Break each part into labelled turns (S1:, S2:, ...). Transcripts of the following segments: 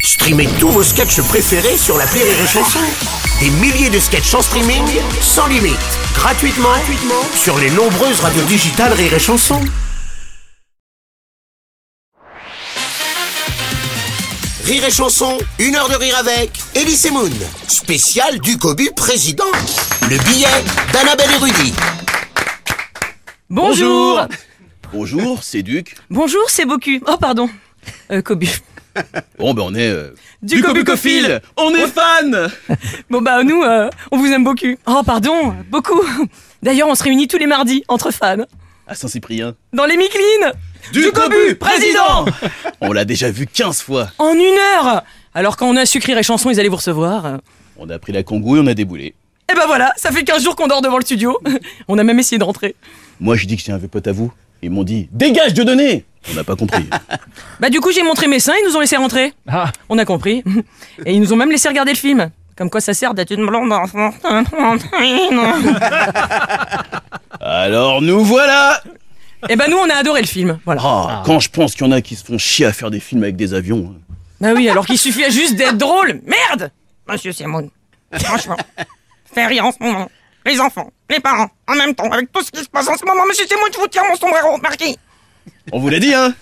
S1: Streamez tous vos sketchs préférés sur la Rire et Chanson. Des milliers de sketchs en streaming, sans limite, gratuitement, gratuitement sur les nombreuses radios digitales Rire et Chanson. Rire et Chanson, une heure de rire avec Elise Moon, spécial Ducobu président. Le billet d'Annabelle et Rudy.
S2: Bonjour
S3: Bonjour, c'est Duc.
S2: Bonjour, c'est Bocu. Oh, pardon. Euh, Cobu.
S3: Bon, ben on est. euh,
S2: Du Cobucophile.
S3: Cobucophile. On est fan
S2: Bon, bah, nous, euh, on vous aime beaucoup. Oh, pardon, beaucoup. D'ailleurs, on se réunit tous les mardis, entre fans.
S3: À Saint-Cyprien.
S2: Dans les Miklines
S3: Du
S2: Cobu, président
S3: On l'a déjà vu 15 fois.
S2: En une heure Alors, quand on a sucré et chanson, ils allaient vous recevoir.
S3: On a pris la Kangoo et on a déboulé.
S2: Et ben voilà, ça fait 15 jours qu'on dort devant le studio. On a même essayé de rentrer.
S3: Moi, j'ai dit que j'étais un vieux pote à vous. Ils m'ont dit Dégage, Dieudonné On n'a pas compris.
S2: Bah, du coup, j'ai montré mes seins, ils nous ont laissé rentrer.
S4: Ah,
S2: On a compris. Et ils nous ont même laissé regarder le film. Comme quoi ça sert d'être une blonde.
S3: Alors nous voilà
S2: Et ben nous, on a adoré le film. Voilà.
S3: Ah, Quand je pense qu'il y en a qui se font chier à faire des films avec des avions. hein.
S2: Bah oui, alors qu'il suffit juste d'être drôle. Merde Monsieur Simon, franchement, faire rire en ce moment. Les enfants, les parents, en même temps, avec tout ce qui se passe en ce moment, monsieur Simon, je vous tiens mon sombrero, marqué.
S3: On vous l'a dit, hein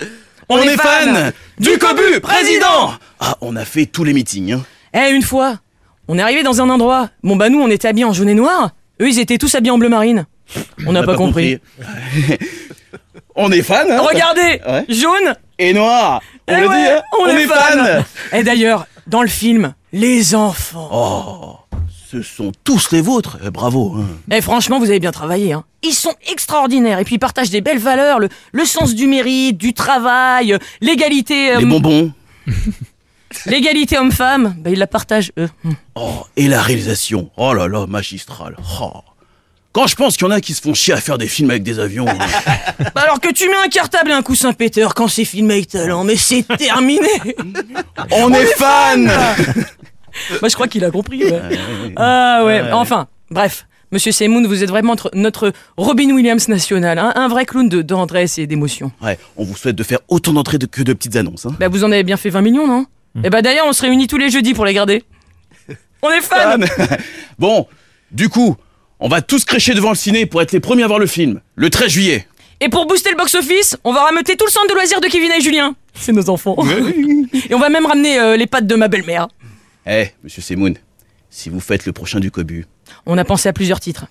S3: On,
S2: est
S3: est fan,
S2: fan.
S3: Du Cobu, président Ah, on a fait tous les meetings. hein.
S2: Eh, une fois, on est arrivé dans un endroit. Bon, bah nous, on était habillés en jaune et noir. Eux, ils étaient tous habillés en bleu marine. On n'a pas, compris.
S3: compris. on est fan hein
S2: Regardez
S3: Ouais.
S2: Jaune
S3: Et noir On
S2: Eh
S3: l'a
S2: ouais,
S3: dit, hein
S2: on, est, fan.
S3: fan. Oh.
S2: Et d'ailleurs, dans le film, les enfants.
S3: Ce sont tous les vôtres, Eh, bravo. hein.
S2: Eh franchement, vous avez bien travaillé. Hein. Ils sont extraordinaires et puis ils partagent des belles valeurs, le, le sens du mérite, du travail, euh, l'égalité, euh,
S3: Les bonbons.
S2: l'égalité homme-femme. Bah, ils la partagent eux.
S3: Oh, et la réalisation. Oh là là, magistrale. Oh. Quand je pense qu'il y en a qui se font chier à faire des films avec des avions. hein.
S2: Bah, alors que tu mets un cartable et un coussin péteur quand c'est filmé avec talent, mais c'est terminé.
S3: on, est, fan,
S2: Bah, je crois qu'il a compris. ouais. Ah ouais. Enfin, bref. Monsieur Seymoun, vous êtes vraiment notre, notre Robin Williams national, hein, un vrai clown de d'endresse et d'émotion.
S3: Ouais, on vous souhaite de faire autant d'entrées de- que de petites annonces. hein.
S2: Bah vous en avez bien fait 20 millions, non Et bah d'ailleurs, on se réunit tous les jeudis pour les garder. On est fans
S3: bon, du coup, on va tous crécher devant le ciné pour être les premiers à voir le film. Le 13 juillet.
S2: Et pour booster le box-office, on va rameuter tout le centre de loisirs de Kevin et Julien. C'est nos enfants. et on va même ramener euh, les pattes de ma belle-mère.
S3: Eh, monsieur Semoun, si vous faites le prochain du Cobu,
S2: On a pensé à plusieurs titres.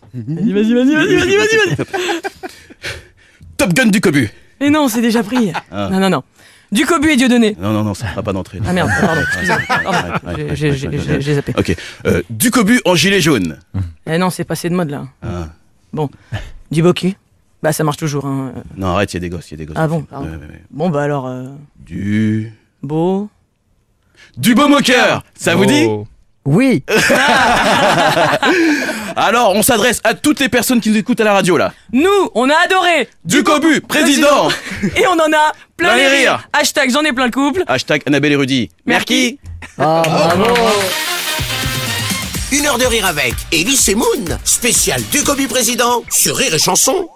S3: Top Gun du Cobu.
S2: Mais non, c'est déjà pris. Non, non, non. Du Cobu et Dieudonné.
S3: Non, non, non, ça ne fera pas d'entrée.
S2: Ah merde, pardon, excusez-moi. Pardon, j'ai- j'ai- j'ai j'ai- j'ai zappé.
S3: Ok, euh, du Cobu en gilet jaune.
S2: Eh non, c'est passé de mode là.
S3: Ah.
S2: Bon, du Boku. Bah ça marche toujours. Hein.
S3: Non, arrête, il y a des gosses, il y a des gosses.
S2: Ah bon, pardon.
S3: Ouais, ouais, ouais.
S2: Bon bah alors, euh,
S3: Du...
S2: beau.
S3: Du beau moqueur Ça vous dit
S2: Oh.
S4: Oui
S3: Alors, on s'adresse à toutes les personnes qui nous écoutent à la radio, là.
S2: Nous, on a adoré
S3: Du Cobu, président
S2: Et on en a plein
S3: Plein
S2: les
S3: les
S2: rires
S3: rires.
S2: Hashtag j'en ai plein le couple
S3: Hashtag Annabelle et Rudy. Merci
S4: Ah, bravo
S1: Une heure de rire avec Elise Moon, spécial Ducobu président sur Rire et Chanson.